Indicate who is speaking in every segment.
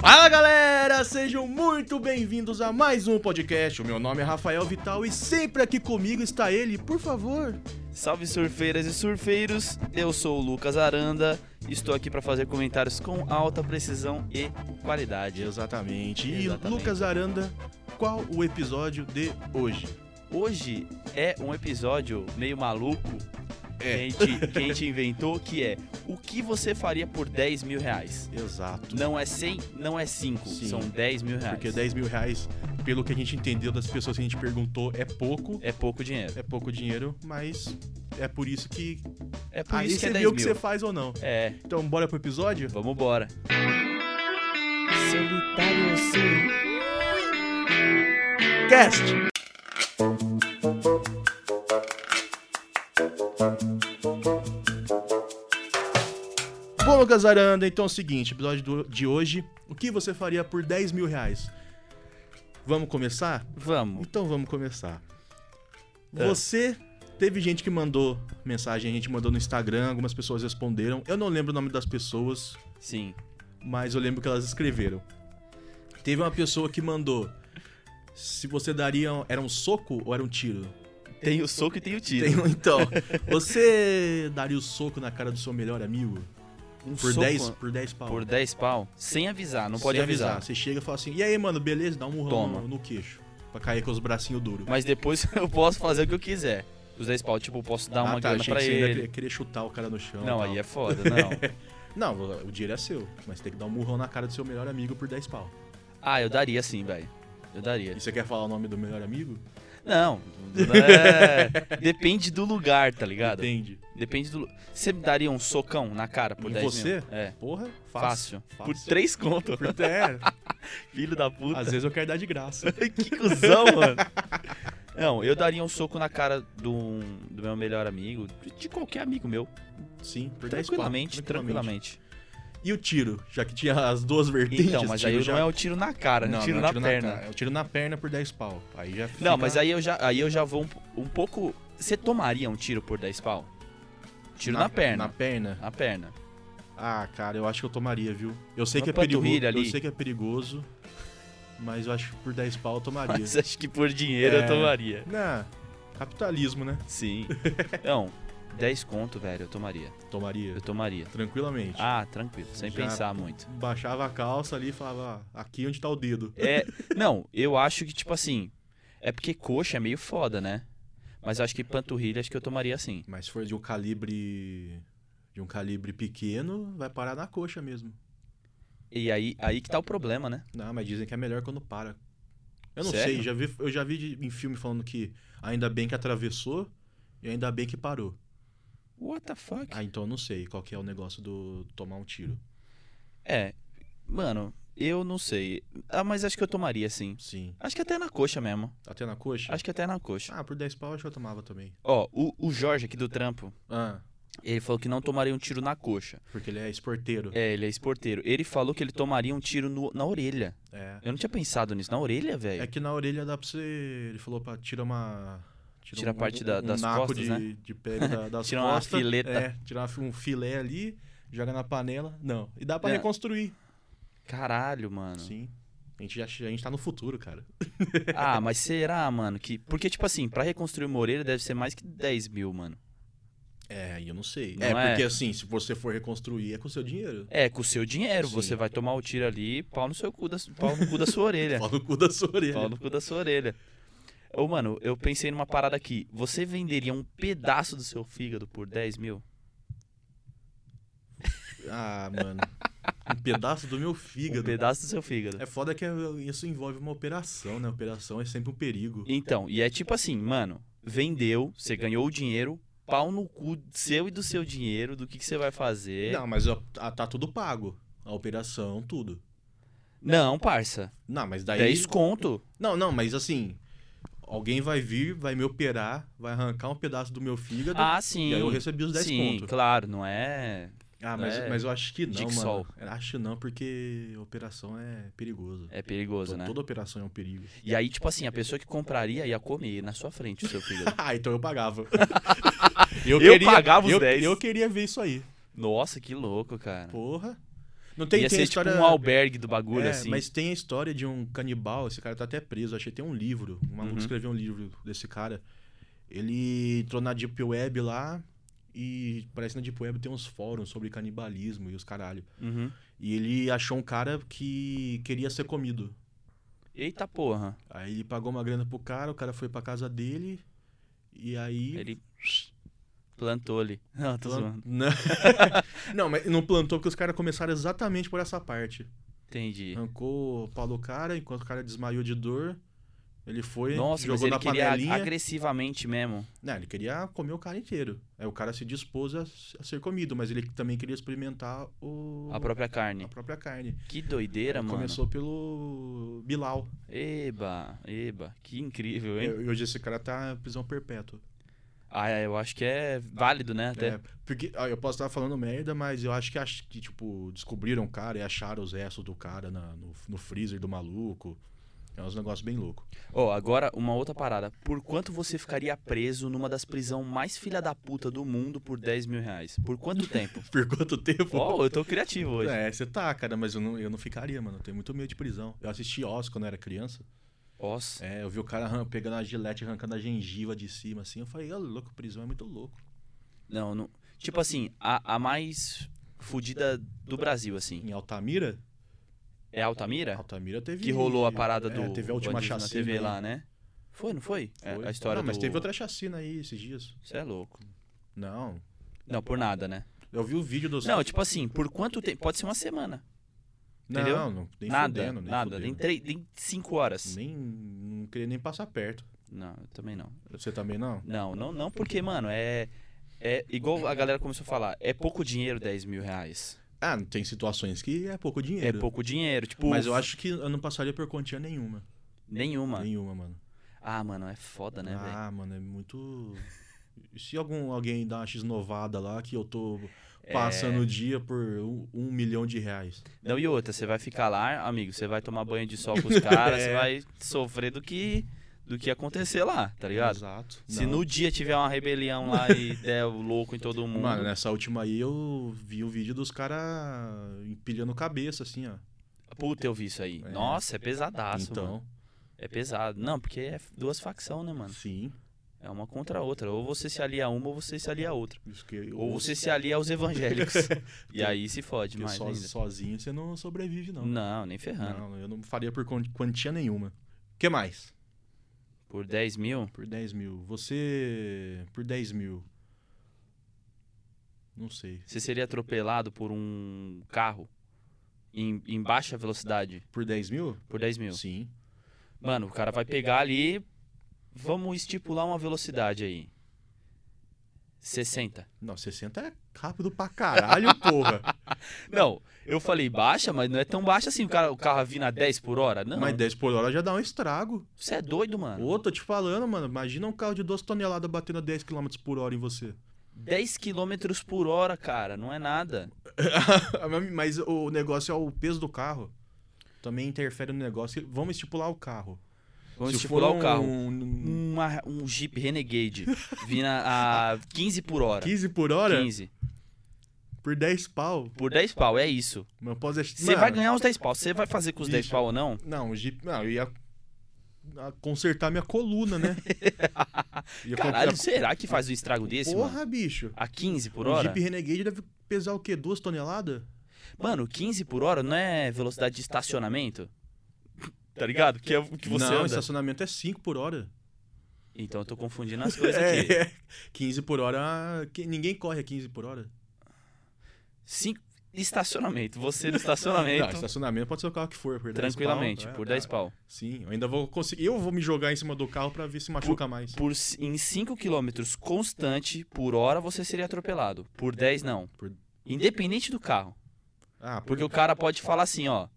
Speaker 1: Fala galera, sejam muito bem-vindos a mais um podcast. O meu nome é Rafael Vital e sempre aqui comigo está ele, por favor.
Speaker 2: Salve surfeiras e surfeiros, eu sou o Lucas Aranda e estou aqui para fazer comentários com alta precisão e qualidade.
Speaker 1: Exatamente. E
Speaker 2: Exatamente.
Speaker 1: Lucas Aranda, qual o episódio de hoje?
Speaker 2: Hoje é um episódio meio maluco
Speaker 1: É.
Speaker 2: que, a gente, que a gente inventou, que é o que você faria por 10 mil reais?
Speaker 1: Exato.
Speaker 2: Não é 100, não é 5,
Speaker 1: Sim.
Speaker 2: são 10 mil reais.
Speaker 1: Porque 10 mil reais, pelo que a gente entendeu das pessoas que a gente perguntou, é pouco.
Speaker 2: É pouco dinheiro.
Speaker 1: É pouco dinheiro, mas é por isso que
Speaker 2: É por
Speaker 1: aí
Speaker 2: isso que
Speaker 1: você
Speaker 2: é
Speaker 1: vê
Speaker 2: 10
Speaker 1: o
Speaker 2: mil.
Speaker 1: que você faz ou não.
Speaker 2: É,
Speaker 1: Então bora pro episódio?
Speaker 2: vamos embora. Solitário
Speaker 1: Cast! Bom, Lucas Aranda, então é o seguinte, episódio do- de hoje, o que você faria por 10 mil reais? Vamos começar?
Speaker 2: Vamos.
Speaker 1: Então vamos começar.
Speaker 2: É.
Speaker 1: Você, teve gente que mandou mensagem, a gente mandou no Instagram, algumas pessoas responderam, eu não lembro o nome das pessoas,
Speaker 2: Sim.
Speaker 1: mas eu lembro que elas escreveram. Teve uma pessoa que mandou se você daria era um soco ou era um tiro?
Speaker 2: Tem o soco e tem o tiro.
Speaker 1: Tem um, então. Você daria o soco na cara do seu melhor amigo
Speaker 2: Um
Speaker 1: por
Speaker 2: soco
Speaker 1: 10 por 10 pau?
Speaker 2: por 10 pau, sem avisar, não pode
Speaker 1: Sem
Speaker 2: avisar.
Speaker 1: Você chega e fala assim: "E aí, mano, beleza? Dá um murrão
Speaker 2: Toma.
Speaker 1: no, no queixo pra cair com os bracinhos duros."
Speaker 2: Mas depois eu posso fazer o que eu quiser. Os 10 pau, tipo, eu posso dar uma
Speaker 1: ah, tá,
Speaker 2: grana
Speaker 1: achei
Speaker 2: pra
Speaker 1: que você ainda
Speaker 2: ele.
Speaker 1: queria- tá. queria chutar o cara no chão.
Speaker 2: Não,
Speaker 1: tal.
Speaker 2: aí é foda, não.
Speaker 1: Não, o dinheiro é seu, mas tem que dar um murrão na cara do seu melhor amigo por 10 pau.
Speaker 2: ah, eu daria sim, velho. Eu daria.
Speaker 1: E você quer falar o nome do melhor amigo?
Speaker 2: Não. é, depende do lugar, tá ligado?
Speaker 1: Entende?
Speaker 2: Depende do. lu- Você me daria um socão na cara por
Speaker 1: Em
Speaker 2: 10
Speaker 1: você?
Speaker 2: mil? É.
Speaker 1: Porra,
Speaker 2: Fácil.
Speaker 1: fácil.
Speaker 2: Por 3 conto.
Speaker 1: Por ter.
Speaker 2: Filho da puta.
Speaker 1: Às vezes eu quero dar de graça.
Speaker 2: que cuzão, mano. Não, eu daria um soco na cara do, um, do meu melhor amigo, de- de qualquer amigo meu.
Speaker 1: Sim, por 10 pau,
Speaker 2: Tranquilamente, tranquilamente.
Speaker 1: E o tiro, já que tinha as duas vertentes.
Speaker 2: Então, mas
Speaker 1: tiro
Speaker 2: aí
Speaker 1: tipo, já...
Speaker 2: não é o tiro na cara, é o tiro
Speaker 1: não
Speaker 2: na
Speaker 1: é tiro
Speaker 2: perna.
Speaker 1: cara, é o tiro na perna por 10 pau. Aí já fica-
Speaker 2: Não, mas aí é eu já, aí eu já vou um, um pouco. Você tomaria um tiro por 10 pau? Tiro na, perna.
Speaker 1: Na perna?
Speaker 2: Na perna.
Speaker 1: Ah, cara, eu acho que eu tomaria, viu? Eu sei
Speaker 2: Na
Speaker 1: que é perigoso.
Speaker 2: panturrilha ali.
Speaker 1: Eu sei que é perigoso, mas eu acho que por 10 pau eu tomaria.
Speaker 2: Mas é- acho que por dinheiro
Speaker 1: É.
Speaker 2: eu tomaria.
Speaker 1: Não, capitalismo, né?
Speaker 2: Sim. Não, 10 conto, velho, eu tomaria.
Speaker 1: Tomaria,
Speaker 2: Eu tomaria.
Speaker 1: tranquilamente.
Speaker 2: Ah, tranquilo, sem
Speaker 1: Já-
Speaker 2: pensar muito.
Speaker 1: Baixava a calça ali e falava, ah, aqui onde tá o dedo.
Speaker 2: É, não, eu acho que, tipo assim. É porque coxa é meio foda, né? Mas acho que panturrilha acho que eu tomaria assim.
Speaker 1: Mas se for de um calibre... De um calibre pequeno, vai parar na coxa mesmo.
Speaker 2: E aí, aí que tá o problema, né?
Speaker 1: Não, mas dizem que é melhor quando para. Eu não
Speaker 2: Sério?
Speaker 1: sei, já vi, eu já vi de- em filme falando que ainda bem que atravessou e ainda bem que parou.
Speaker 2: What the fuck?
Speaker 1: Ah, então eu não sei qual que é o negócio do tomar um tiro.
Speaker 2: É, mano, eu não sei. Ah, mas acho que eu tomaria sim.
Speaker 1: Sim.
Speaker 2: Acho que até na coxa mesmo.
Speaker 1: Até na coxa?
Speaker 2: Acho que até na coxa.
Speaker 1: Ah, por 10 pau acho que eu tomava também.
Speaker 2: Ó, o, o Jorge aqui do trampo,
Speaker 1: Ah,
Speaker 2: ele falou que não tomaria um tiro na coxa.
Speaker 1: porque ele é esporteiro.
Speaker 2: É, ele é esporteiro. Ele falou que ele tomaria um tiro no- na orelha.
Speaker 1: É.
Speaker 2: Eu não tinha pensado nisso. Na orelha,
Speaker 1: é.
Speaker 2: velho?
Speaker 1: que na orelha dá pra você... Ele falou pra tirar uma... um
Speaker 2: Tira a parte da- das
Speaker 1: naco
Speaker 2: costas,
Speaker 1: de,
Speaker 2: né?
Speaker 1: de pele da, das
Speaker 2: Tira uma
Speaker 1: costas.
Speaker 2: fileta.
Speaker 1: É, tirar uma fi- um filé ali, joga na panela. Não. E dá pra
Speaker 2: É. Ah.
Speaker 1: reconstruir.
Speaker 2: Caralho, mano.
Speaker 1: Sim. A gente, já, a gente tá no futuro, cara.
Speaker 2: Ah, mas será, mano? Que... Porque, tipo assim, pra reconstruir uma orelha deve ser mais que 10 mil, mano.
Speaker 1: É, aí eu não sei.
Speaker 2: Não
Speaker 1: é,
Speaker 2: é?
Speaker 1: porque assim, se você for reconstruir, é com o seu dinheiro.
Speaker 2: É, com o seu dinheiro.
Speaker 1: Sim.
Speaker 2: Você vai tomar o tiro ali, pau no seu cu da, pau no cu da sua orelha.
Speaker 1: Fala no cu da sua orelha.
Speaker 2: Pau É. no cu da sua orelha. Ô, mano, eu pensei numa parada aqui. Você venderia um pedaço do seu fígado por 10 mil? Um
Speaker 1: Ah, mano. Um pedaço do meu
Speaker 2: Um
Speaker 1: fígado. né?
Speaker 2: pedaço do seu fígado.
Speaker 1: É foda que isso envolve uma operação, né? Operação é sempre um perigo.
Speaker 2: Então, e é tipo assim, mano, vendeu, você ganhou o dinheiro, pau no cu seu e do seu dinheiro, do que, que você vai fazer. Não,
Speaker 1: Não, mas ó, tá tá tudo pago. A operação, tudo.
Speaker 2: parça.
Speaker 1: Não, mas daí.
Speaker 2: 10 conto.
Speaker 1: Não, não, mas assim. Alguém vai vir, vai me operar, vai arrancar um pedaço do meu fígado.
Speaker 2: Ah, sim.
Speaker 1: E aí eu recebi os 10
Speaker 2: Sim,
Speaker 1: conto.
Speaker 2: claro, não é.
Speaker 1: Ah, mas,
Speaker 2: É.
Speaker 1: mas eu acho que não,
Speaker 2: Jigsaw.
Speaker 1: mano. Eu Acho não, porque operação é perigoso.
Speaker 2: É perigoso,
Speaker 1: To-
Speaker 2: né?
Speaker 1: Toda operação é um perigo.
Speaker 2: E aí, tipo assim, a pessoa que compraria ia comer na sua frente o seu fígado.
Speaker 1: Ah, então eu pagava. eu
Speaker 2: pagava os
Speaker 1: eu,
Speaker 2: 10.
Speaker 1: Eu queria ver isso aí.
Speaker 2: Nossa, que louco, cara.
Speaker 1: Porra. Não tem,
Speaker 2: É. Ia
Speaker 1: tem
Speaker 2: ser
Speaker 1: a história.
Speaker 2: tipo um albergue do bagulho,
Speaker 1: é,
Speaker 2: assim.
Speaker 1: Mas tem a história de um canibal, esse cara tá até preso. Achei que tem um livro. Um maluco
Speaker 2: Uhum.
Speaker 1: escreveu um livro desse cara. Ele entrou na Deep Web lá e parece que na Deep Web tem uns fóruns sobre canibalismo e os caralho.
Speaker 2: Uhum.
Speaker 1: E ele achou um cara que queria ser comido.
Speaker 2: Eita porra.
Speaker 1: Aí ele pagou uma grana pro cara, o cara foi pra casa dele. E aí.
Speaker 2: Ele plantou ali. Não, tô
Speaker 1: Plan-
Speaker 2: zoando.
Speaker 1: Não. não, mas não plantou porque os caras começaram exatamente por essa parte.
Speaker 2: Entendi.
Speaker 1: Arrancou o pau do cara, enquanto o cara desmaiou de dor. Ele foi,
Speaker 2: Nossa, mas
Speaker 1: jogou
Speaker 2: ele
Speaker 1: na
Speaker 2: queria
Speaker 1: panelinha.
Speaker 2: agressivamente mesmo.
Speaker 1: Não, ele queria comer o cara inteiro. Aí o cara se dispôs a, a ser comido, mas ele também queria experimentar o...
Speaker 2: A própria
Speaker 1: a
Speaker 2: carne.
Speaker 1: própria carne.
Speaker 2: Que doideira, mano.
Speaker 1: Começou pelo Bilal.
Speaker 2: Eba, eba. Que incrível, hein?
Speaker 1: E hoje esse cara tá em prisão perpétua.
Speaker 2: Ah, eu acho que é válido, né? Até.
Speaker 1: É, porque ah, eu posso estar falando merda, mas eu acho que, ach- que, tipo, descobriram o cara e acharam os restos do cara na- no, no freezer do maluco. É uns negócios bem loucos.
Speaker 2: Ó, agora uma outra parada. Por quanto você ficaria preso numa das prisões mais filha da puta do mundo por 10 mil reais? Por quanto tempo?
Speaker 1: Por quanto tempo?
Speaker 2: Ó, eu tô criativo hoje.
Speaker 1: É, você tá, cara, mas eu não, eu não ficaria, mano. Eu tenho muito medo de prisão. Eu assisti Oz quando eu era criança.
Speaker 2: Nossa.
Speaker 1: É, eu vi o cara arran- pegando a gilete, arrancando a gengiva de cima, assim. Eu falei, ô, louco, prisão é muito louco.
Speaker 2: Não, não. Tipo assim, a, a mais fudida do Brasil, assim.
Speaker 1: Em Altamira?
Speaker 2: É Altamira?
Speaker 1: Altamira teve.
Speaker 2: Que rolou a parada
Speaker 1: é,
Speaker 2: do.
Speaker 1: Teve a última
Speaker 2: bandido na
Speaker 1: chacina.
Speaker 2: TV
Speaker 1: aí.
Speaker 2: lá, né? Foi, não foi? É,
Speaker 1: Foi.
Speaker 2: a história
Speaker 1: Não, mas
Speaker 2: do-
Speaker 1: teve outra chacina aí esses dias.
Speaker 2: Você é louco.
Speaker 1: Não.
Speaker 2: Não, por nada, né?
Speaker 1: Eu vi o vídeo dos.
Speaker 2: Não, tipo assim, por quanto tempo? Pode ser uma semana.
Speaker 1: Não,
Speaker 2: entendeu?
Speaker 1: não, nem
Speaker 2: nada,
Speaker 1: fudendo, nem
Speaker 2: nada.
Speaker 1: fudendo.
Speaker 2: Nem, três, nem cinco horas.
Speaker 1: Nem. Não queria nem passar perto.
Speaker 2: Não, eu também não.
Speaker 1: Você também não?
Speaker 2: Não, não, não, porque, mano, é. É igual a galera começou a falar, é pouco dinheiro 10 mil reais.
Speaker 1: Ah, tem situações que é pouco
Speaker 2: É
Speaker 1: dinheiro.
Speaker 2: pouco dinheiro, tipo.
Speaker 1: Mas eu acho que eu não passaria por quantia nenhuma.
Speaker 2: Nenhuma.
Speaker 1: Nenhuma, mano.
Speaker 2: Ah, mano, é foda, né, velho?
Speaker 1: ah, mano, é muito. E Se algum, alguém dá uma x-novada lá que eu tô
Speaker 2: É.
Speaker 1: passando o dia por um, um milhão de reais.
Speaker 2: Não, e outra, você vai ficar lá, amigo, você vai tomar banho de sol com os caras,
Speaker 1: É.
Speaker 2: você vai sofrer do que, do que acontecer lá, tá ligado?
Speaker 1: Exato.
Speaker 2: Se
Speaker 1: Não.
Speaker 2: no dia tiver uma rebelião lá e der o louco em todo mundo.
Speaker 1: Mano, né? nessa última aí eu vi o vídeo dos caras empilhando cabeça, assim, ó.
Speaker 2: Puta, eu vi isso aí.
Speaker 1: É.
Speaker 2: Nossa, é pesadaço,
Speaker 1: então,
Speaker 2: mano. É pesado. Não, porque é duas facções, né, mano?
Speaker 1: sim.
Speaker 2: É uma contra a outra. Ou você se alia a uma ou você se alia a outra.
Speaker 1: Isso que eu-
Speaker 2: Ou você se alia aos evangélicos. e aí se fode
Speaker 1: Porque
Speaker 2: mais
Speaker 1: so-
Speaker 2: ainda.
Speaker 1: sozinho você não sobrevive, não.
Speaker 2: Não, nem ferrando.
Speaker 1: Não, eu não faria por quan- quantia nenhuma. O que mais?
Speaker 2: Por 10 mil?
Speaker 1: Por 10 mil. Você. Por 10 mil. Não sei.
Speaker 2: Você seria atropelado por um carro em, em baixa velocidade
Speaker 1: Por 10 mil?
Speaker 2: por 10 mil.
Speaker 1: Sim.
Speaker 2: Mano, o cara vai pegar ali. Vamos estipular uma velocidade aí. 60.
Speaker 1: Não, 60 é rápido pra caralho, porra.
Speaker 2: Não, eu falei baixa, mas não é tão baixa assim. O, cara, o carro vira 10 por hora? Não.
Speaker 1: Mas 10 por hora já dá um estrago.
Speaker 2: Você é doido, mano.
Speaker 1: Ô, tô te falando, mano. Imagina um carro de 12 toneladas batendo a 10 km por hora em você.
Speaker 2: 10 quilômetros por hora, cara. Não é nada.
Speaker 1: Mas o negócio é o peso do carro. Também interfere no negócio. Vamos estipular o carro.
Speaker 2: Vamos
Speaker 1: Se
Speaker 2: estipular
Speaker 1: for
Speaker 2: o carro.
Speaker 1: um- um
Speaker 2: Uma- um Jeep Renegade vira a 15 por hora.
Speaker 1: 15 por hora?
Speaker 2: 15.
Speaker 1: Por 10 pau.
Speaker 2: Por 10 pau, é isso.
Speaker 1: Não posso deixar-
Speaker 2: Você
Speaker 1: Mano,
Speaker 2: vai ganhar os 10 pau. Você vai fazer com os 10
Speaker 1: Bicho.
Speaker 2: pau ou não?
Speaker 1: Não, o Jeep. Não, eu ia a- consertar minha coluna, né? ia
Speaker 2: Caralho,
Speaker 1: comprar-
Speaker 2: será que faz um estrago desse, mano?
Speaker 1: Porra, bicho.
Speaker 2: A 15 por
Speaker 1: o
Speaker 2: hora?
Speaker 1: Jeep Renegade deve pesar o quê? 2 toneladas?
Speaker 2: Mano, 15 por hora não é velocidade de estacionamento? Tá ligado? Que é o que você
Speaker 1: não,
Speaker 2: anda.
Speaker 1: estacionamento é 5 por hora.
Speaker 2: Então eu tô confundindo as coisas aqui.
Speaker 1: É, é. 15 por hora. que- Ninguém corre a 15 por hora.
Speaker 2: Cinco... Estacionamento. Você no
Speaker 1: Não,
Speaker 2: estacionamento,
Speaker 1: estacionamento pode ser o carro que for. Por 10
Speaker 2: tranquilamente,
Speaker 1: pau, é,
Speaker 2: por 10
Speaker 1: é.
Speaker 2: pau.
Speaker 1: Sim, eu ainda vou conseguir. Eu vou me jogar em cima do carro pra ver se machuca mais.
Speaker 2: Por, c- em 5 km constante por hora, você seria atropelado. Por 10, não.
Speaker 1: Por-
Speaker 2: Independente do carro.
Speaker 1: Ah, por...
Speaker 2: Porque o cara pode falar assim, ó.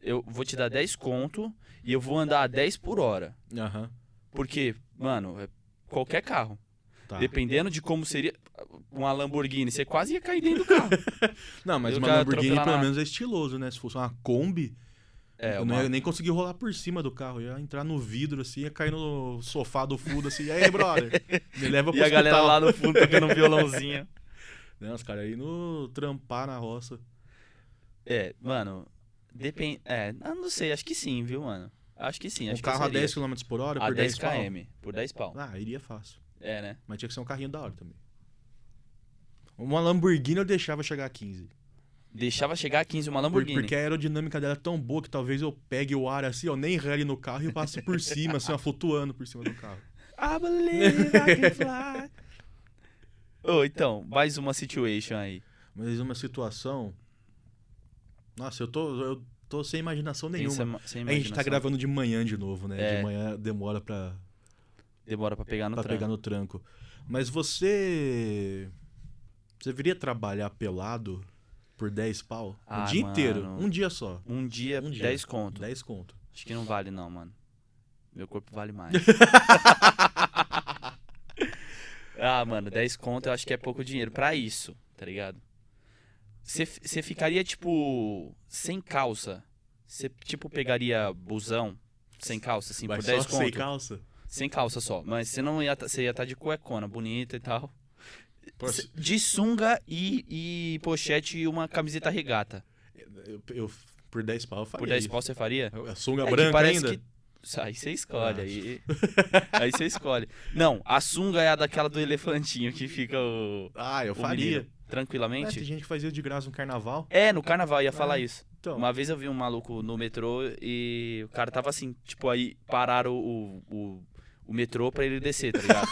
Speaker 2: Eu vou te dar 10 conto e eu vou andar a 10 por hora.
Speaker 1: Aham.
Speaker 2: Porque, mano, é qualquer carro.
Speaker 1: Tá.
Speaker 2: Dependendo de como seria uma Lamborghini, você quase ia cair dentro do carro.
Speaker 1: Não, mas
Speaker 2: Eu
Speaker 1: uma
Speaker 2: quero
Speaker 1: Lamborghini
Speaker 2: atropelar
Speaker 1: pelo
Speaker 2: na-
Speaker 1: menos é estiloso, né? Se fosse uma Kombi,
Speaker 2: É,
Speaker 1: eu
Speaker 2: uma-
Speaker 1: não ia nem conseguir rolar por cima do carro. Eu ia entrar no vidro, assim, ia cair no sofá do fundo, assim. E aí, brother? Me leva pro
Speaker 2: E a galera
Speaker 1: hospital.
Speaker 2: lá no fundo tocando um violãozinho.
Speaker 1: Né, os caras iam no trampar na roça.
Speaker 2: É, mano, depende. É, ah, não sei, acho que sim, viu, mano? Acho que sim.
Speaker 1: Um
Speaker 2: Acho
Speaker 1: carro a
Speaker 2: que eu
Speaker 1: 10
Speaker 2: seria.
Speaker 1: km por hora
Speaker 2: a
Speaker 1: por 10
Speaker 2: 10
Speaker 1: pau?
Speaker 2: km, por 10 pau.
Speaker 1: Ah, iria fácil.
Speaker 2: É, né?
Speaker 1: Mas tinha que ser um carrinho da hora também. Uma Lamborghini eu deixava chegar a 15.
Speaker 2: Deixava chegar a 15 uma
Speaker 1: Por-
Speaker 2: Lamborghini.
Speaker 1: Porque a aerodinâmica dela é tão boa que talvez eu pegue o ar assim, ó, nem rele no carro e passe por cima, assim, ó, flutuando por cima do carro.
Speaker 2: I believe I can fly. Ô, então, mais uma situation aí.
Speaker 1: Mas uma situação. Nossa, eu tô, eu tô sem imaginação nenhuma.
Speaker 2: Sem, sem
Speaker 1: A gente tá
Speaker 2: imaginação.
Speaker 1: gravando de manhã de novo, né?
Speaker 2: É.
Speaker 1: De manhã demora pra,
Speaker 2: Demora pra pegar no
Speaker 1: pra
Speaker 2: tranco.
Speaker 1: pegar no tranco. Mas você. Você viria trabalhar pelado por 10 pau? O
Speaker 2: Ah,
Speaker 1: dia inteiro,
Speaker 2: mano.
Speaker 1: um dia só.
Speaker 2: Um dia,
Speaker 1: Um dia.
Speaker 2: 10 conto.
Speaker 1: 10 conto.
Speaker 2: Acho que não vale não, mano. Meu corpo vale mais. ah, mano, 10 conto eu acho que é pouco dinheiro pra isso, tá ligado? Você ficaria, tipo, sem calça. Você, tipo, pegaria busão sem calça, assim,
Speaker 1: Vai
Speaker 2: por
Speaker 1: só
Speaker 2: 10
Speaker 1: sem
Speaker 2: conto.
Speaker 1: calça?
Speaker 2: Sem calça só. Mas você não ia estar ia tá de cuecona, bonita e tal.
Speaker 1: Pô,
Speaker 2: Cê- De sunga e, e pochete e uma camiseta regata.
Speaker 1: eu, eu- por 10 pau eu faria.
Speaker 2: Por 10
Speaker 1: isso.
Speaker 2: pau você faria?
Speaker 1: A sunga
Speaker 2: É que
Speaker 1: branca
Speaker 2: parece
Speaker 1: ainda?
Speaker 2: que- Aí você escolhe,
Speaker 1: Ah.
Speaker 2: aí. aí você escolhe. Não, a sunga é a daquela do elefantinho que fica o.
Speaker 1: Ah, eu
Speaker 2: o
Speaker 1: faria.
Speaker 2: menino.
Speaker 1: Mas tem
Speaker 2: Tranquilamente?
Speaker 1: gente que fazia de graça no carnaval.
Speaker 2: É, no carnaval ia falar isso.
Speaker 1: Então,
Speaker 2: Uma vez eu vi um maluco no metrô e o cara tava assim, tipo, aí pararam o, o, o metrô pra ele descer, tá ligado?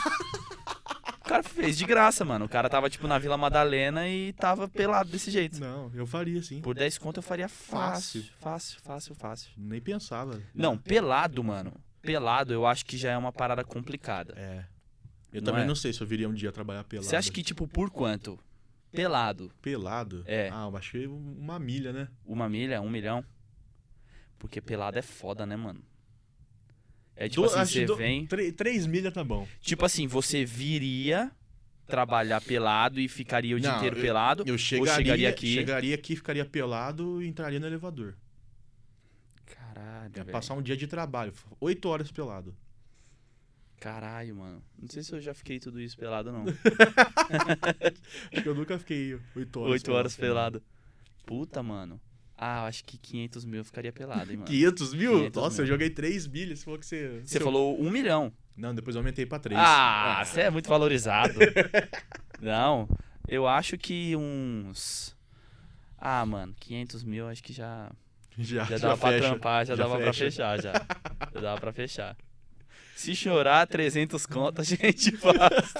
Speaker 2: o cara fez de graça, mano. O cara tava, tipo, na Vila Madalena e tava pelado desse jeito.
Speaker 1: não, eu faria sim.
Speaker 2: Por 10 conto eu faria fácil. Fácil, fácil, fácil.
Speaker 1: Nem pensava.
Speaker 2: Não, pelado, mano. Pelado eu acho que já é uma parada complicada.
Speaker 1: É. Eu
Speaker 2: Não
Speaker 1: também
Speaker 2: é?
Speaker 1: não sei se eu viria um dia trabalhar pelado.
Speaker 2: Você acha que, tipo, por quanto? Pelado.
Speaker 1: Pelado?
Speaker 2: É.
Speaker 1: Ah, eu achei uma milha, né?
Speaker 2: Uma milha, um milhão? Porque pelado é foda, né, mano? É tipo
Speaker 1: Do-
Speaker 2: assim,
Speaker 1: acho
Speaker 2: você
Speaker 1: do-
Speaker 2: vem.
Speaker 1: tre- Três milhas tá bom.
Speaker 2: Tipo assim, você viria trabalhar pelado e ficaria o dia
Speaker 1: Não,
Speaker 2: inteiro
Speaker 1: eu-
Speaker 2: pelado.
Speaker 1: Eu chegaria,
Speaker 2: chegaria aqui.
Speaker 1: chegaria aqui, ficaria pelado e entraria no elevador.
Speaker 2: Caralho,
Speaker 1: Ia
Speaker 2: velho.
Speaker 1: passar um dia de trabalho. Oito horas pelado.
Speaker 2: Caralho, mano. Não sei se eu já fiquei tudo isso pelado, não.
Speaker 1: Acho que eu nunca fiquei oito horas
Speaker 2: Oito horas pelado. Puta, mano. Ah, eu acho que 500 mil eu ficaria pelado, hein, mano.
Speaker 1: 500 mil?
Speaker 2: 500
Speaker 1: Nossa, eu
Speaker 2: É. mil.
Speaker 1: joguei três milhas. Você falou que você...
Speaker 2: Você
Speaker 1: seu-
Speaker 2: falou um milhão.
Speaker 1: Não, depois eu aumentei pra três.
Speaker 2: Ah, você é muito valorizado. não, eu acho que uns... Ah, mano, 500 mil eu acho que já...
Speaker 1: Já,
Speaker 2: Já
Speaker 1: já
Speaker 2: dava pra
Speaker 1: fecha.
Speaker 2: trampar, já,
Speaker 1: Já
Speaker 2: dava pra fechar, já. Já dava pra fechar. Se chorar 300 contas, a gente faz.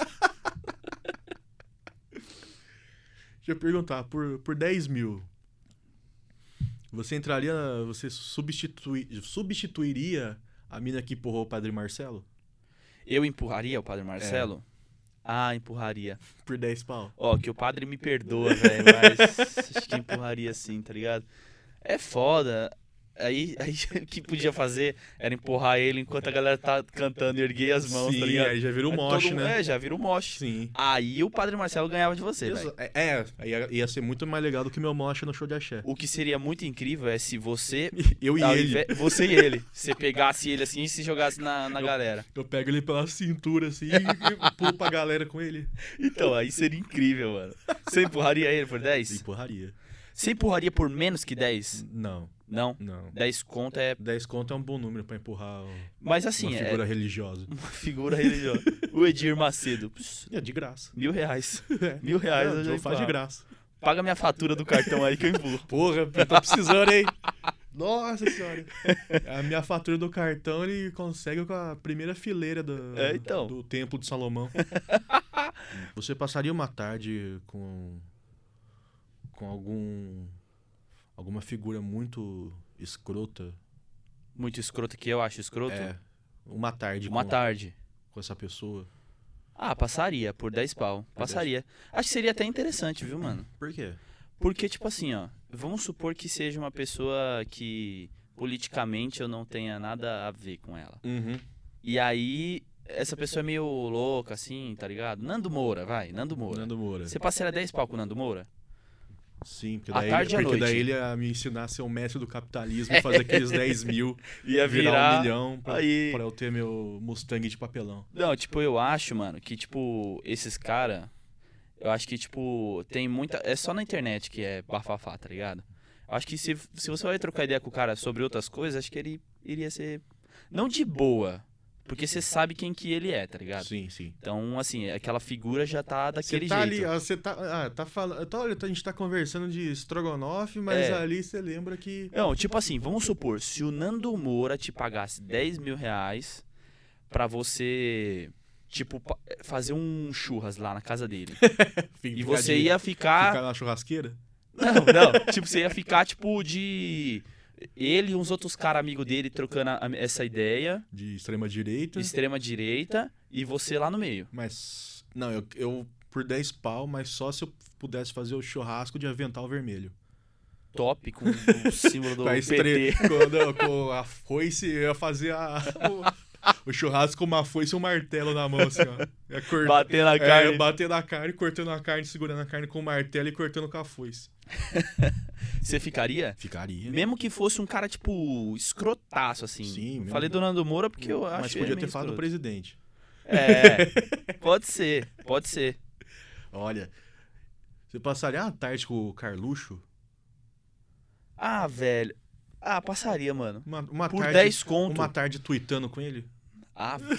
Speaker 1: Deixa eu perguntar, por, por 10 mil, você entraria, você substitui, substituiria a mina que empurrou o Padre Marcelo?
Speaker 2: Eu empurraria o
Speaker 1: É.
Speaker 2: Padre Marcelo? Ah, empurraria.
Speaker 1: Por 10 pau?
Speaker 2: Ó, que o Padre me perdoa, velho, mas acho que empurraria sim, tá ligado? É foda. Aí, aí o que podia fazer era empurrar ele enquanto a galera tá cantando, erguer as mãos,
Speaker 1: Sim,
Speaker 2: tá ligado?
Speaker 1: aí já virou
Speaker 2: Aí todo
Speaker 1: moche,
Speaker 2: mundo-
Speaker 1: né?
Speaker 2: É, já vira o moche.
Speaker 1: Sim.
Speaker 2: Aí o Padre Marcelo ganhava de você, velho.
Speaker 1: Exa- É, é, aí ia, ia ser muito mais legal do que meu moche no show de axé.
Speaker 2: O que seria muito incrível é se você
Speaker 1: Eu e
Speaker 2: Ao
Speaker 1: ele,
Speaker 2: invés- Você Tá, e ele. Você pegasse ele assim e se jogasse na, na galera.
Speaker 1: eu pego ele pela cintura assim e pulo pra galera com ele.
Speaker 2: Então, aí seria incrível, mano. Você empurraria ele por 10?
Speaker 1: Empurraria.
Speaker 2: Você empurraria por menos que 10?
Speaker 1: Não,
Speaker 2: Não.
Speaker 1: não.
Speaker 2: 10 conto é.
Speaker 1: 10 conto é um bom número pra empurrar o-
Speaker 2: Mas assim,
Speaker 1: uma
Speaker 2: é
Speaker 1: figura religiosa.
Speaker 2: uma figura religiosa. O Edir Macedo. Pss,
Speaker 1: É de graça.
Speaker 2: Mil reais.
Speaker 1: É.
Speaker 2: Mil reais. eu
Speaker 1: Não,
Speaker 2: já
Speaker 1: então faz de
Speaker 2: empurrava.
Speaker 1: graça.
Speaker 2: Paga minha fatura do cartão aí que eu empurro.
Speaker 1: Porra, eu tô precisando, hein? Nossa senhora. A minha fatura do cartão ele consegue com a primeira fileira do,
Speaker 2: É, então.
Speaker 1: do Templo de Salomão. Você passaria uma tarde com. com algum. alguma figura muito escrota?
Speaker 2: Muito escroto que eu acho escroto.
Speaker 1: É. tipo um- Uma tarde
Speaker 2: Uma
Speaker 1: com,
Speaker 2: tarde.
Speaker 1: com essa pessoa.
Speaker 2: Ah, passaria por 10 pau.
Speaker 1: É
Speaker 2: Passaria. Acho que seria até interessante, viu, mano?
Speaker 1: Por quê?
Speaker 2: Porque, tipo assim, ó, vamos supor que seja uma pessoa que politicamente eu não tenha nada a ver com ela.
Speaker 1: Uhum.
Speaker 2: E aí, essa pessoa é meio louca, assim, tá ligado? Nando Moura, vai, Nando Moura.
Speaker 1: Nando Moura.
Speaker 2: Você passaria 10 pau com o Nando Moura?
Speaker 1: Sim, porque
Speaker 2: À
Speaker 1: daí,
Speaker 2: tarde e à
Speaker 1: porque daí
Speaker 2: noite.
Speaker 1: ele ia me ensinar a ser um mestre do capitalismo e fazer aqueles 10 mil,
Speaker 2: Ia
Speaker 1: virar, um milhão pra,
Speaker 2: aí-
Speaker 1: pra eu ter meu Mustang de papelão.
Speaker 2: Não, tipo, eu acho, mano, que, tipo, esses cara, eu acho que, tipo, tem muita. É só na internet que é bafafá, tá ligado? Acho que se, se você vai trocar ideia com o cara sobre outras coisas, acho que ele iria ser. Não de boa, porque você sabe quem que ele é, tá ligado?
Speaker 1: Sim, sim.
Speaker 2: Então, assim, aquela figura já tá
Speaker 1: Você
Speaker 2: daquele
Speaker 1: tá ali,
Speaker 2: jeito.
Speaker 1: ah, você tá, ah, tá falando, tá, olha, a gente tá conversando de estrogonofe, mas
Speaker 2: É.
Speaker 1: ali você lembra que
Speaker 2: Não, tipo assim, vamos supor, se o Nando Moura te pagasse 10 mil reais pra você, tipo, pa- fazer um churras lá na casa dele. E você ia ficar.
Speaker 1: ficar na churrasqueira?
Speaker 2: Não, não. tipo, você ia ficar, tipo, de. Ele e uns outros caras amigos dele trocando a- essa ideia,
Speaker 1: De extrema direita,
Speaker 2: extrema direita, e você lá no meio.
Speaker 1: mas não, eu, eu por 10 pau, mas só se eu pudesse fazer o churrasco de avental vermelho.
Speaker 2: Top com o símbolo do
Speaker 1: com a
Speaker 2: PT.
Speaker 1: estre- com- não, com a foice, eu ia fazer a- o, o churrasco com uma foice e um martelo na mão, assim, ó. Ia cor-
Speaker 2: Bater na
Speaker 1: é,
Speaker 2: carne.
Speaker 1: batendo a carne, cortando a carne, segurando a carne com o martelo e cortando com a foice.
Speaker 2: Você ficaria?
Speaker 1: Ficaria. né?
Speaker 2: Mesmo que fosse um cara, tipo, escrotaço, assim.
Speaker 1: Sim, mesmo.
Speaker 2: Falei do Nando Moura porque eu acho
Speaker 1: Mas podia ter falado do presidente.
Speaker 2: É, pode ser, pode ser.
Speaker 1: Olha, você passaria a tarde com o Carluxo?
Speaker 2: Ah, velho. Ah, passaria, mano.
Speaker 1: Uma, uma
Speaker 2: Por
Speaker 1: tarde,
Speaker 2: 10 conto.
Speaker 1: Uma tarde tweetando com ele?
Speaker 2: Ah, velho.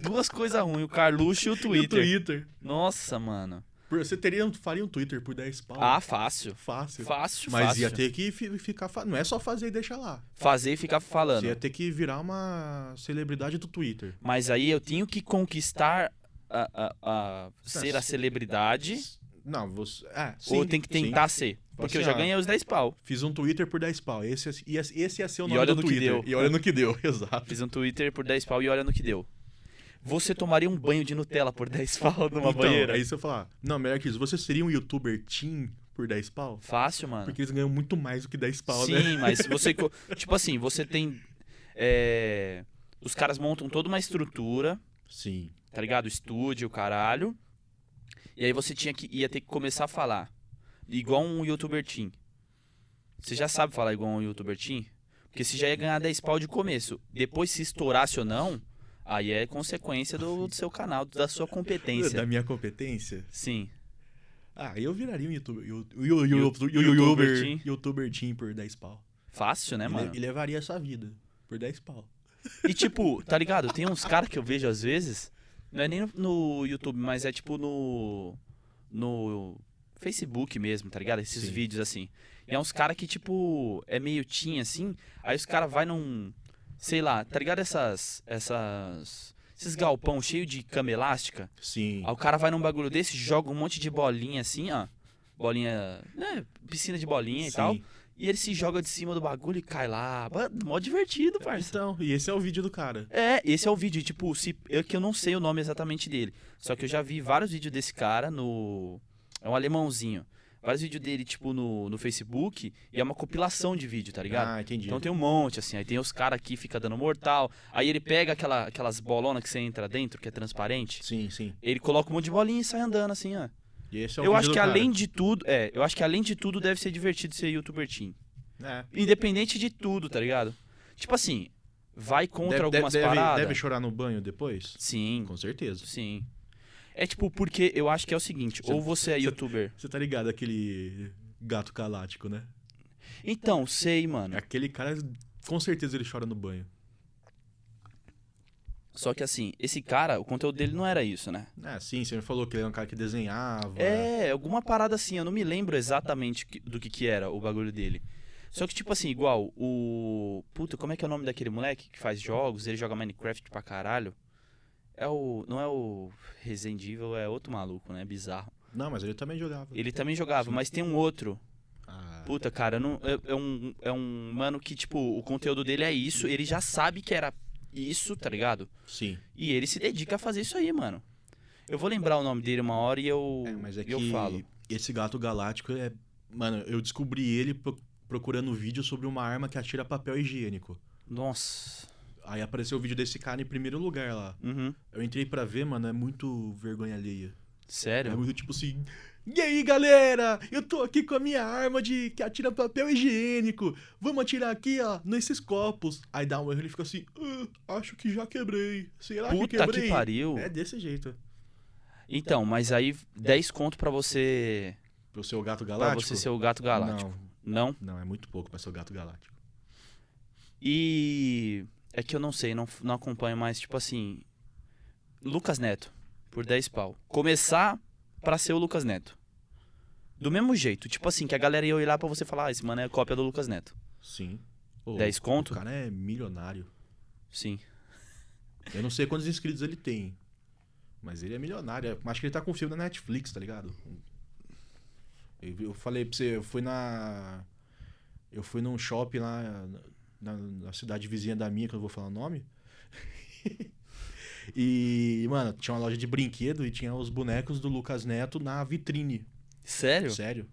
Speaker 2: Duas coisas ruins, o Carluxo e
Speaker 1: E
Speaker 2: o
Speaker 1: o
Speaker 2: Twitter.
Speaker 1: Twitter.
Speaker 2: Nossa, mano.
Speaker 1: Por- Você teria, um- faria um Twitter por 10 pau?
Speaker 2: Ah, fácil.
Speaker 1: fácil.
Speaker 2: Fácil,
Speaker 1: Mas
Speaker 2: fácil.
Speaker 1: ia ter que fi- ficar... fa- Não é só fazer e deixar lá.
Speaker 2: Fazer e ficar falando.
Speaker 1: Você ia ter que virar uma celebridade do Twitter.
Speaker 2: Mas aí eu tenho que conquistar a, a-
Speaker 1: Tá,
Speaker 2: a- ser a
Speaker 1: se-
Speaker 2: celebridade
Speaker 1: Não, você... É,
Speaker 2: ou
Speaker 1: sim,
Speaker 2: tem que
Speaker 1: sim.
Speaker 2: tentar ser. Porque eu já
Speaker 1: assim, ó,
Speaker 2: ganhei os 10 pau.
Speaker 1: Fiz um Twitter por 10 pau. Esse, ia- esse ia ser o
Speaker 2: E
Speaker 1: nome
Speaker 2: olha
Speaker 1: do
Speaker 2: no que
Speaker 1: Twitter.
Speaker 2: deu.
Speaker 1: E olha no que deu, exato.
Speaker 2: Fiz um Twitter por 10 pau e olha no que deu. Você tomaria um banho de Nutella por 10 pau numa
Speaker 1: então,
Speaker 2: banheira?
Speaker 1: aí você fala, não, melhor que isso, você seria um youtuber teen por 10 pau?
Speaker 2: Fácil, mano.
Speaker 1: Porque eles ganham muito mais do que 10 pau, né?
Speaker 2: Ah. Sim, mas você. co- tipo assim, você tem. é, os caras montam toda uma estrutura,
Speaker 1: Sim.
Speaker 2: tá ligado? Estúdio, caralho. E aí você tinha que, ia ter que começar a falar. Igual um youtuber team. Você já sabe falar igual um youtuber team? Porque você já ia ganhar 10 pau de começo. Depois, se estourasse ou não, aí é consequência do, do seu canal, da sua
Speaker 1: Da
Speaker 2: competência.
Speaker 1: minha competência?
Speaker 2: Sim.
Speaker 1: Ah, eu viraria um youtuber. you- you- you-
Speaker 2: Youtuber
Speaker 1: you- youtuber
Speaker 2: teen.
Speaker 1: youtuber teen por 10 pau.
Speaker 2: Fácil, né,
Speaker 1: e, le-
Speaker 2: mano?
Speaker 1: e levaria essa vida por 10 pau.
Speaker 2: E tipo, tá ligado? Tem uns caras que eu vejo às vezes, não é nem no, no YouTube, mas é tipo no. no Facebook mesmo, tá ligado? Esses
Speaker 1: Sim.
Speaker 2: vídeos assim. E é uns caras que, tipo, é meio tinha assim, aí os caras vai num. Sei lá, tá ligado? Essas. essas. Esses galpão cheio de cama elástica.
Speaker 1: Sim.
Speaker 2: Aí o cara vai num bagulho desse, joga um monte de bolinha assim, ó. Bolinha. né? Piscina de bolinha e tal. E ele se joga de cima do bagulho e cai lá. Mano, Mó divertido, parça.
Speaker 1: Então, e esse é o vídeo do cara.
Speaker 2: É, esse é o vídeo, e, tipo, se, eu, que eu não sei o nome exatamente dele. Só que eu já vi vários vídeos desse cara no. É um alemãozinho. Vários vídeos dele, tipo, no, no Facebook, e é uma compilação de vídeo, tá ligado?
Speaker 1: Ah, entendi.
Speaker 2: então tem um monte, assim, aí tem os caras que fica dando mortal, aí ele pega aquela, aquelas bolonas que você entra dentro, que é transparente,
Speaker 1: Sim, sim.
Speaker 2: ele coloca um monte de bolinha e sai andando, assim, ó.
Speaker 1: E esse é o
Speaker 2: Eu
Speaker 1: vídeo
Speaker 2: acho
Speaker 1: do
Speaker 2: que
Speaker 1: cara.
Speaker 2: além de tudo, é, eu acho que além de tudo deve ser divertido ser youtuber teen.
Speaker 1: É.
Speaker 2: Independente de tudo, tá ligado? Tipo assim, vai contra
Speaker 1: Deve-
Speaker 2: algumas
Speaker 1: deve, deve,
Speaker 2: paradas.
Speaker 1: deve chorar no banho depois?
Speaker 2: Sim,
Speaker 1: Com certeza.
Speaker 2: Sim. É tipo, porque eu acho que é o seguinte,
Speaker 1: Você-
Speaker 2: ou você é youtuber.
Speaker 1: Você tá ligado aquele gato galáctico, né?
Speaker 2: Então, sei, mano.
Speaker 1: Aquele cara, com certeza ele chora no banho.
Speaker 2: Só que assim, esse cara, o conteúdo dele não era isso, né?
Speaker 1: Ah, sim, você me falou que ele era um cara que desenhava.
Speaker 2: É, alguma parada assim, eu não me lembro exatamente que- do que que era o bagulho dele. Só que, tipo assim, igual o. Puta, como é que é o nome daquele moleque que faz jogos? Ele joga Minecraft pra caralho. É o. Não é o Resident Evil, é outro maluco, né? Bizarro.
Speaker 1: Não, mas ele também jogava.
Speaker 2: Ele também jogava,
Speaker 1: Sim.
Speaker 2: mas tem um outro.
Speaker 1: Ah,
Speaker 2: Puta, cara, eu não- é, é um, é um mano que, tipo, o conteúdo dele é isso, ele já sabe que era isso, tá ligado?
Speaker 1: sim.
Speaker 2: E ele se dedica a fazer isso aí, mano. Eu vou lembrar o nome dele uma hora e eu,
Speaker 1: É, mas é
Speaker 2: eu
Speaker 1: que
Speaker 2: falo.
Speaker 1: esse gato galáctico é... Mano, eu descobri ele pro- procurando um vídeo sobre uma arma que atira papel higiênico.
Speaker 2: Nossa.
Speaker 1: Aí apareceu o vídeo desse cara em primeiro lugar lá.
Speaker 2: Uhum.
Speaker 1: Eu entrei pra ver, mano, é muito vergonha alheia. É
Speaker 2: Sério?
Speaker 1: muito tipo assim. E aí, galera? Eu tô aqui com a minha arma de que atira papel higiênico. Vamos atirar aqui, ó, nesses copos. Aí dá um erro, ele fica assim, "Ah, acho que já quebrei. Será que
Speaker 2: Puta
Speaker 1: quebrei?
Speaker 2: que pariu.
Speaker 1: é desse jeito.
Speaker 2: Então, mas aí 10 conto pra você
Speaker 1: Pra eu ser o gato
Speaker 2: Pra
Speaker 1: galáctico?
Speaker 2: você ser o gato galáctico. Não.
Speaker 1: Não, não, é muito pouco pra ser o gato galáctico.
Speaker 2: E. É que eu não sei, não, não acompanho mais, tipo assim. Lucas Neto, por 10 pau. Começar pra ser o Lucas Neto. Do mesmo jeito, tipo assim, que a galera ia olhar pra você e falar, ah, esse mano é cópia do Lucas Neto.
Speaker 1: Sim. Ô,
Speaker 2: 10 conto?
Speaker 1: O cara é milionário.
Speaker 2: Sim.
Speaker 1: Eu não sei quantos inscritos ele tem. Mas ele é milionário. Eu Acho que ele tá com um filme na Netflix, tá ligado? Eu eu falei pra você, eu fui na. Eu fui num shopping lá na, na cidade vizinha da minha, que eu não vou falar o nome. e, mano, tinha uma loja de brinquedo e tinha os bonecos do Lucas Neto na vitrine.
Speaker 2: Sério?
Speaker 1: Sério?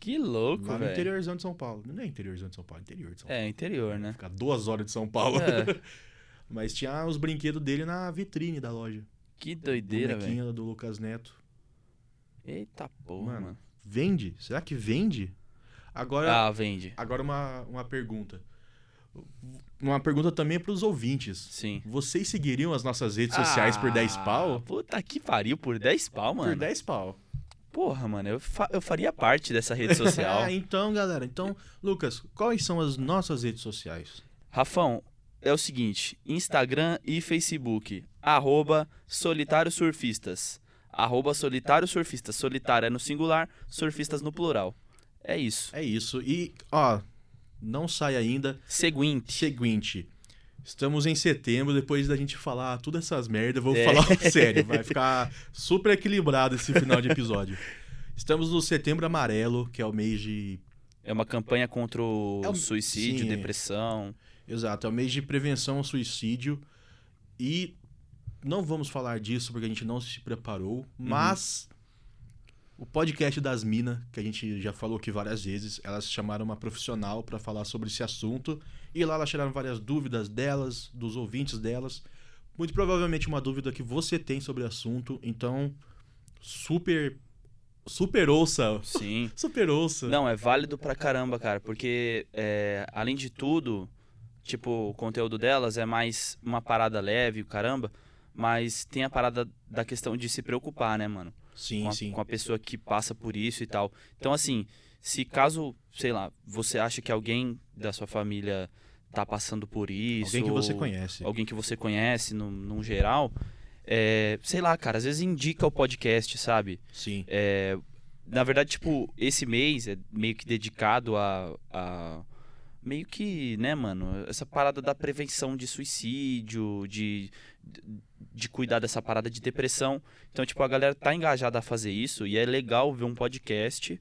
Speaker 2: Que louco,
Speaker 1: Lá no
Speaker 2: velho.
Speaker 1: interiorzão de São Paulo. Não é interiorzão de São Paulo, interior de São Paulo.
Speaker 2: É, interior, né?
Speaker 1: Ficar duas horas de São Paulo.
Speaker 2: É.
Speaker 1: Mas tinha os brinquedos dele na vitrine da loja.
Speaker 2: Que doideira, velho.
Speaker 1: Bonequinha é do Lucas Neto.
Speaker 2: Eita porra,
Speaker 1: Mano,
Speaker 2: mano.
Speaker 1: Vende? Será que vende? Agora,
Speaker 2: Ah, vende.
Speaker 1: agora uma, uma pergunta. Uma pergunta também para os ouvintes.
Speaker 2: Sim.
Speaker 1: Vocês seguiriam as nossas redes sociais por 10
Speaker 2: Ah,
Speaker 1: pau?
Speaker 2: Puta que pariu, por 10 pau, mano.
Speaker 1: Por 10 pau.
Speaker 2: Porra, mano, eu, fa- eu faria parte dessa rede social.
Speaker 1: Ah, então, galera. Então, Lucas, quais são as nossas redes sociais?
Speaker 2: Rafão, é o seguinte: Instagram e Facebook. Arroba Solitário Surfistas. Arroba Solitário Surfistas. Solitário é no singular, surfistas no plural. É isso.
Speaker 1: É isso. E, ó, não sai ainda.
Speaker 2: Seguinte.
Speaker 1: Seguinte. Estamos em setembro, depois da gente falar todas essas merdas, vou
Speaker 2: É.
Speaker 1: falar sério, vai ficar super equilibrado esse final de episódio. Estamos no setembro amarelo, que é o mês de.
Speaker 2: É uma campanha contra o
Speaker 1: É um-
Speaker 2: suicídio,
Speaker 1: sim.
Speaker 2: depressão.
Speaker 1: Exato, é o mês de prevenção ao suicídio. E não vamos falar disso porque a gente não se
Speaker 2: Uhum.
Speaker 1: preparou, mas o podcast das minas, que a gente já falou aqui várias vezes, elas chamaram uma profissional para falar sobre esse assunto. E lá elas tiraram várias dúvidas delas, dos ouvintes delas. Muito provavelmente uma dúvida que você tem sobre o assunto. Então, super. Super ouça.
Speaker 2: Sim.
Speaker 1: Super ouça.
Speaker 2: Não, é válido pra caramba, cara, porque é, além de tudo, tipo, o conteúdo delas é mais uma parada leve, o caramba, mas tem a parada da questão de se preocupar, né, mano?
Speaker 1: Sim,
Speaker 2: Com a,
Speaker 1: sim.
Speaker 2: com a pessoa que passa por isso e tal. Então, assim, se caso, sei lá, você acha que alguém da sua família tá passando por isso. é
Speaker 1: Alguém que você
Speaker 2: ou-
Speaker 1: conhece.
Speaker 2: alguém que você conhece, num, num geral, é, sei lá, cara, às vezes indica o podcast, sabe?
Speaker 1: Sim.
Speaker 2: é Na verdade, tipo, esse mês é meio que dedicado a. a- meio que, né, mano, essa parada da prevenção de suicídio, de, de cuidar dessa parada de depressão. Então, tipo, a galera tá engajada a fazer isso e é legal ver um podcast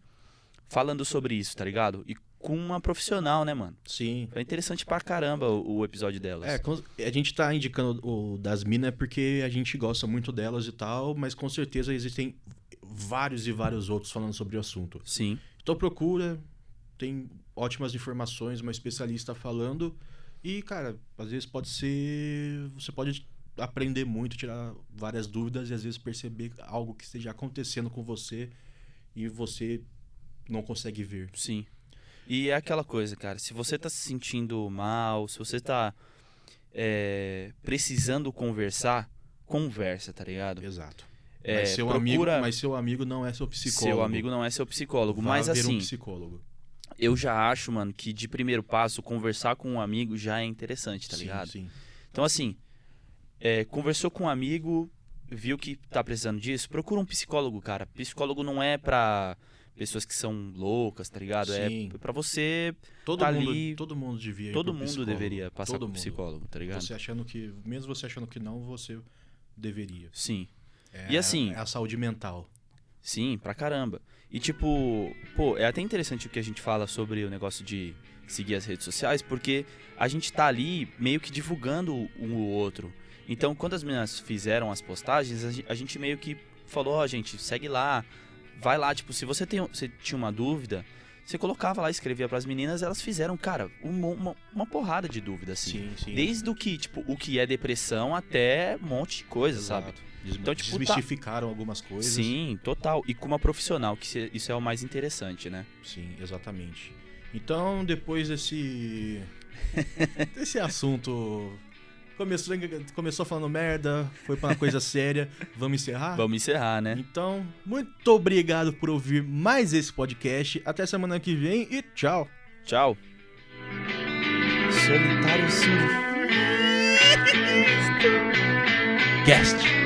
Speaker 2: falando sobre isso, tá ligado? E com uma profissional, né, mano?
Speaker 1: Sim.
Speaker 2: É interessante pra caramba o, o episódio delas.
Speaker 1: É, com- a gente tá indicando o das minas é porque a gente gosta muito delas e tal, mas com certeza existem vários e vários outros falando sobre o assunto.
Speaker 2: Sim.
Speaker 1: Então procura, tem ótimas informações, uma especialista falando e, cara, às vezes pode ser, você pode aprender muito, tirar várias dúvidas e às vezes perceber algo que esteja acontecendo com você e você não consegue ver.
Speaker 2: Sim. E é aquela coisa, cara, se você tá se sentindo mal, se você tá é, precisando conversar, conversa, tá ligado?
Speaker 1: Exato.
Speaker 2: É,
Speaker 1: mas, seu amigo,
Speaker 2: procura
Speaker 1: mas seu amigo não é seu psicólogo.
Speaker 2: seu amigo não é seu psicólogo,
Speaker 1: Vá
Speaker 2: mas
Speaker 1: ver um
Speaker 2: assim,
Speaker 1: psicólogo.
Speaker 2: eu já acho, mano, que de primeiro passo conversar com um amigo já é interessante, tá
Speaker 1: Sim,
Speaker 2: ligado?
Speaker 1: Sim.
Speaker 2: Então assim, é, conversou com um amigo, viu que tá precisando disso, procura um psicólogo, cara. Psicólogo não é pra pessoas que são loucas, tá ligado?
Speaker 1: Sim.
Speaker 2: É pra você
Speaker 1: Todo,
Speaker 2: Tá
Speaker 1: mundo,
Speaker 2: ali-
Speaker 1: todo mundo devia ir
Speaker 2: Todo
Speaker 1: pro
Speaker 2: mundo
Speaker 1: psicólogo.
Speaker 2: deveria passar
Speaker 1: Todo
Speaker 2: por
Speaker 1: mundo.
Speaker 2: psicólogo, tá ligado?
Speaker 1: Você achando que, mesmo você achando que não, você deveria.
Speaker 2: Sim,
Speaker 1: É
Speaker 2: E assim-
Speaker 1: a- é a saúde mental.
Speaker 2: sim, pra caramba. E tipo, pô, é até interessante o que a gente fala sobre o negócio de seguir as redes sociais, porque a gente tá ali meio que divulgando um o outro. Então, quando as meninas fizeram as postagens, a gen- a gente meio que falou, ó, gente, segue lá, vai lá, tipo, se você tem, você tinha uma dúvida, você colocava lá, escrevia pras meninas, elas fizeram, cara, uma, uma- uma porrada de dúvidas, assim.
Speaker 1: Sim, sim.
Speaker 2: Desde o que, tipo, o que é depressão até um monte de coisa,
Speaker 1: Exato.
Speaker 2: sabe?
Speaker 1: Desmi-
Speaker 2: Então, tipo, tá-
Speaker 1: Desmistificaram algumas coisas.
Speaker 2: Sim, total. E com uma profissional, que se- isso é o mais interessante, né?
Speaker 1: Sim, exatamente. Então, depois desse. desse assunto Começou, começou falando merda, foi pra uma coisa séria. Vamos encerrar?
Speaker 2: Vamos encerrar, né?
Speaker 1: Então, muito obrigado por ouvir mais esse podcast. Até semana que vem e tchau.
Speaker 2: Tchau. Solitário Silvio.
Speaker 1: Cast.